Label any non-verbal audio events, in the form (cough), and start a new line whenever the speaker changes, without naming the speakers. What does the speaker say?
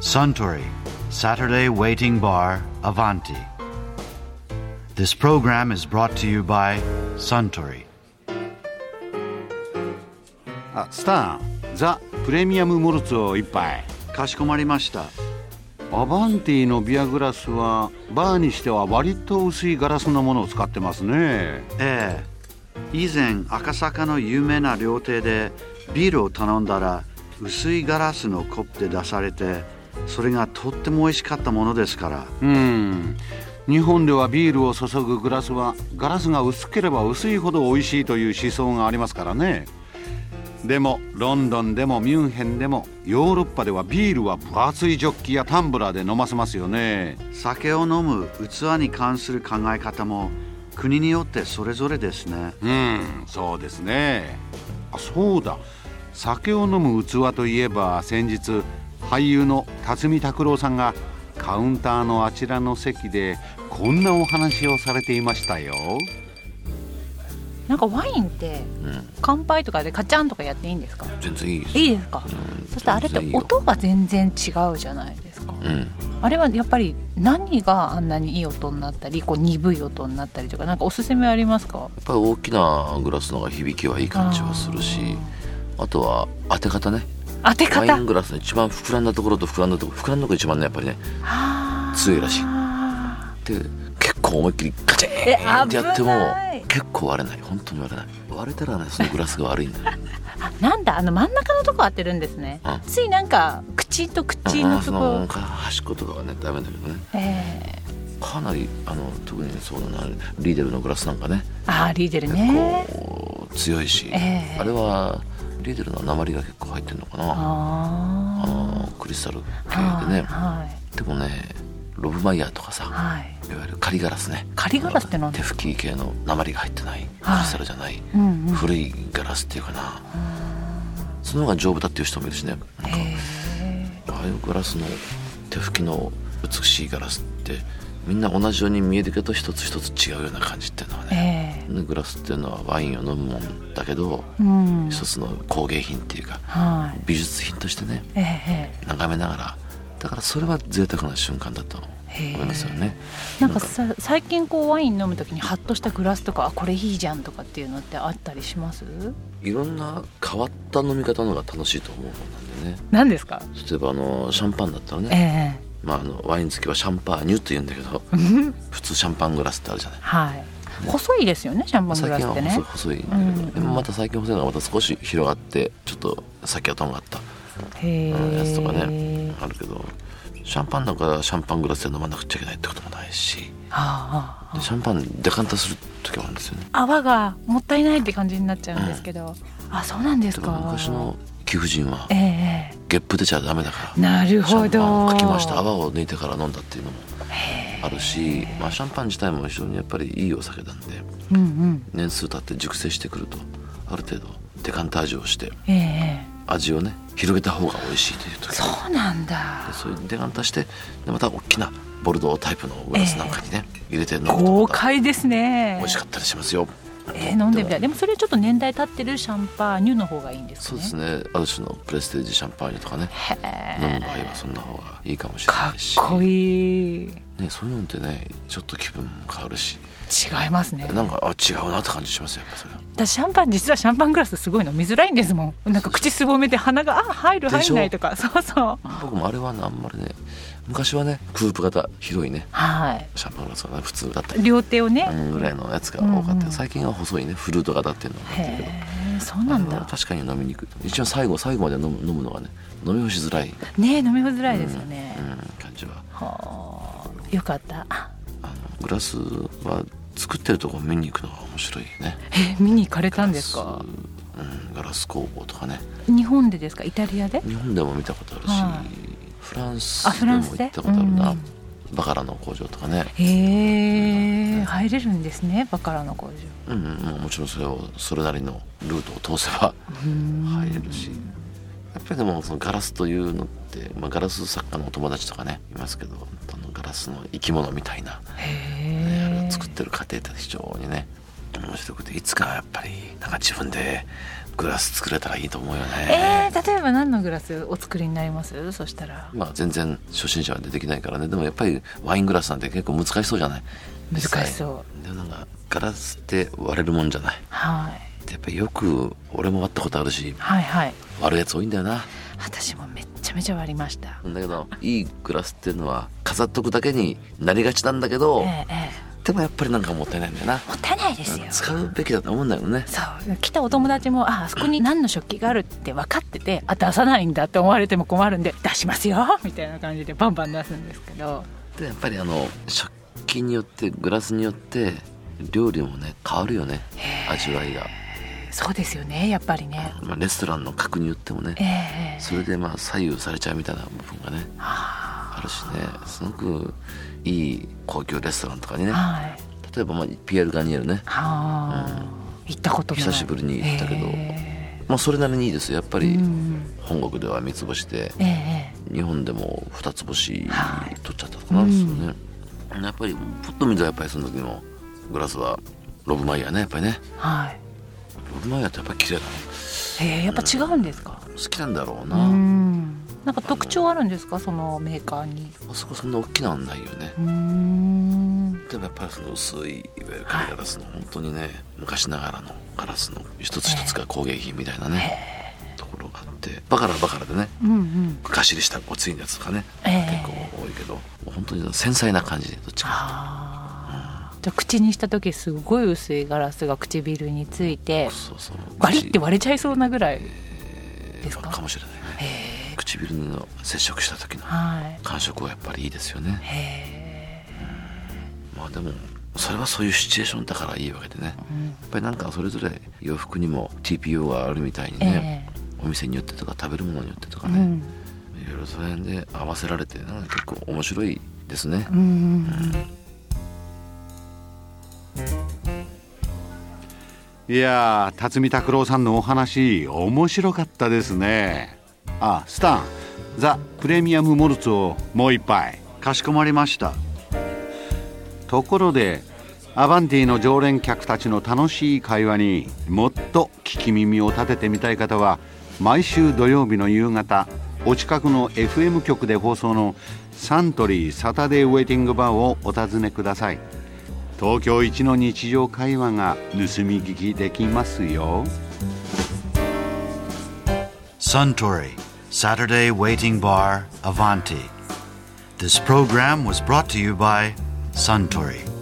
Suntory Saturday Waiting Bar Avanti. This program is brought to you by Suntory.
あスターザ・プレミアムモルツを一杯アバンティのビアグラスはバーにしては割と薄いガラスのものを使ってますね
ええ以前赤坂の有名な料亭でビールを頼んだら薄いガラスのコップで出されてそれがとっても美味しかったものですから
うん日本ではビールを注ぐグラスはガラスが薄ければ薄いほど美味しいという思想がありますからねでもロンドンでもミュンヘンでもヨーロッパではビールは分厚いジョッキやタンブラーで飲ませますよね
酒を飲む器に関する考え方も国によってそれぞれですね
うんそうですねあそうだ酒を飲む器といえば先日俳優の辰巳拓郎さんがカウンターのあちらの席でこんなお話をされていましたよ
なんかワインって、乾杯とかでカチャンとかやっていいんですか
全然いいです
いいですか、
うん
そしてあれって
全然いいよ
音が全然違うじゃないですか、
うん
あれはやっぱり何があんなにいい音になったりこう鈍い音になったりとかなんかおすすめありますか
やっぱり大きなグラスの方が響きはいい感じはするしあとは当て方ね
当て
ワ
方
イングラスの一番膨らんだところと膨らんだところ膨らんだところ一番ねやっぱりね
あー
強いらしい
あ
で結構思いっきりガチ
え
ーンってやっ
危
ても
ない
結構割れない本当に割れない割れたらねそのグラスが悪いんだ
(laughs)
よ
ーなんだあの真ん中のとこ当てるんですね、
うん
ついなんか口と口
う
の
んそ
と
の
こ、
端っことかがねダメだけどね
えー
かなりあの特にそうだなリーデルのグラスなんかね
あーリーデル
結
ね
構強いし、
ええ
あれはリーデルの鉛が結構入ってるのかなあ
あ
のクリスタル
あ
系でね
はい
でもねロブマイヤーとかさ
はい、はい
いわゆるカリガラスね
カリガラスって何
手拭き系の鉛が入ってないクリスタルじゃない、
うんうん
古いガラスっていうかな、その方が丈夫だっていう人もいるしねなんか
へえ
ああいうガラスの手拭きの美しいガラスってみんな同じように見えるけど一つ一つ違うような感じっていうのはね、
え
でグラスっていうのはワインを飲むもんだけど、
えうん
一つの工芸品っていうか
はい
美術品としてね
ええ
眺めながらだからそれは贅沢な瞬間だと
へえ
思いますよね
なんかさ最近こうワイン飲むときにハッとしたグラスとかあこれいいじゃんとかっていうのってあったりします
いろんな変わった飲み方の方が楽しいと思うもんなんでね
何ですか
例えばあのシャンパンだったらね、
ええ
まあ、あのワイン好きはシャンパーニュって言うんだ
(laughs)
けど普通シャンパングラスってあるじゃない
はい細いですよねシャンパング
最
ラスっ
近は
て
細
ね
い細いんだけど、
うん
でもまた最近細いのがまた少し広がってちょっと先がとんがった
へ
うんやつとか
え
ねあるけどシャンパンなんかシャンパングラスで飲まなくちゃいけないってこともないし
ああ
でシャンパンデカンタする時もあるんですよね
泡がもったいないって感じになっちゃうんですけど、あそうなんです
だ
か
から昔の貴婦人は
ええ
ゲップ出ちゃダメだから
なる
シャ
ほ
ンパン
ど
をかきました泡を抜いてから飲んだっていうのもあるし、まあ、シャンパン自体も非常にやっぱりいいお酒なんで
うんうん
年数経って熟成してくるとある程度デカンタージュをして
ええ
味をね広げた方が美味しいという時
そ
で
うなんだ
そういうデカンタしてでまた大きなボルドータイプのグラスなんかにね入れて飲む
豪
とか
快ですね
美味しかったりしますよ。
えー飲んでみたいでもそれちょっと年代経ってるシャンパーニュの方がいいんです
そう
ね
ですねある種のプレステージシャンパーニュとかね飲む場合はそんな方がいいかもしれ
か
な
っ
いし
こいい違い
ね、そういうのってねちょっと気分も変わるし
ますね
なんかあ違うなって感じしますよやっぱそれは
私シャンパン実はシャンパングラスすごいの見づらいんですもんなんか口すぼめて鼻があ入る
で
入
し
ん
ょ
ないとかそうそう
僕もあれはねあんまりね昔はねクープ型広いね
はい
シャンパングラスがね普通だったり
両手を
う
ね
んぐらいのやつが多かった、
うんうん
最近は細いねフルート型っていうのがあったけど
へえそうなん
あれは
だ
確かに飲みにくい一応最後最後まで飲む飲むのがね飲み干しづらい、
ねえ飲みづらいですよね
うん、感じは
はあよかった
あのグラスは作ってるとこ見に行くのが面白いね
え見に行かれたんですか
うん、ガラス工房とかね
日本でですかイタリアで
日本でも見たことあるし、
は
フランス
あ
で
フラ
も
ンス
行
で
ったことあるな、
うん
バカラの工場とかね
へえ入れるんですねバカラの工場
うんうんもうもちろんそれをそれなりのルートを通せば入れるしやっぱりでもそのガラスというのって、まあ、ガラス作家のお友達とかねいますけど本当のガラスの生き物みたいな、ねあれを作ってる過程って非常にね面白くていつかやっぱりなんか自分でグラス作れたらいいと思うよね、
えー、例えば何のグラスお作りになりますそしたら
まあ全然初心者はできないからねでもやっぱりワイングラスなんて結構難しそうじゃない
難しそう
でもなんかガラスって割れるもんじゃない
はい
でやっぱりよく俺も割ったことあるし
はいはい
割るやつ多いんだよな
私もめっちゃめちゃ割りました
だけどいいグラスっていうのは飾っとくだけになりがちなんだけど、
えええ
でもやっぱりなんかもったいないんだよな
えもったいないですよ
使うべきだと思うんだよね
そう来たお友達もああそこに何の食器があるって分かっててあ出さないんだって思われても困るんで出しますよみたいな感じでバンバン出すんですけど
でやっぱりあの食器によってグラスによって料理もね変わるよね味わいが、
そうですよねやっぱりね
まあ、レストランの格によってもね
ええええ
それでまあ左右されちゃうみたいな部分がねあるしねすごくいい高級レストランとかにね
はい
例えばまあピエール・ガニエルね、
はあ、行ったこともない
久しぶりに行ったけど
え
まあ、それなりにいいですよやっぱ
え
り
うん
本国では三つ星で
ええ
日本でも二つ星取っち
はい
ゃったかな、
うん
そうねやっぱりポッと水はやっぱりその時のグラスはロブマイヤーねやっぱりね
はい
ロブマイヤーってやっぱり綺麗だね
ええやっぱ違うんですか
好きなんだろう
う
な、
んなんか特徴あるんですかそのメーカーに
あそこそんな大きなのはないよね
うーん
でもやっぱりその薄いいわゆる貝ガラスの本当にね昔ながらのガラスの一つ一つが工芸品みたいなねところがあってバカラはバカラでね
うんうん
がっしりしたごついやつとかね
え
結構
え
多いけどもう本当に繊細な感じでどっちか
あーじゃあ口にした時すごい薄いガラスが唇について
そうそう
バリって割れちゃいそうなぐらいです
口
か
かもしれないね唇の接触した時の
はい
感触はやっぱりいいですよね
へ
まあでもそれはそういうシチュエーションだからいいわけでね、やっぱりなんかそれぞれ洋服にも TPO があるみたいにね、お店によってとか食べるものによってとか
う
ね、
ん
いろいろその辺で合わせられてなんか結構面白いですね
う、ん
いやー辰巳拓郎さんのお話面白かったですねあスタンザ・プレミアム・モルツをもう一杯
かしこまりました
ところでアバンティの常連客たちの楽しい会話にもっと聞き耳を立ててみたい方は毎週土曜日の夕方お近くの FM 局で放送のサントリーサタデーウェイティングバーをお尋ねください東京一の日常会話が盗み聞きできますよ
Suntory Saturday Waiting Bar Avanti This program was brought to you by Suntory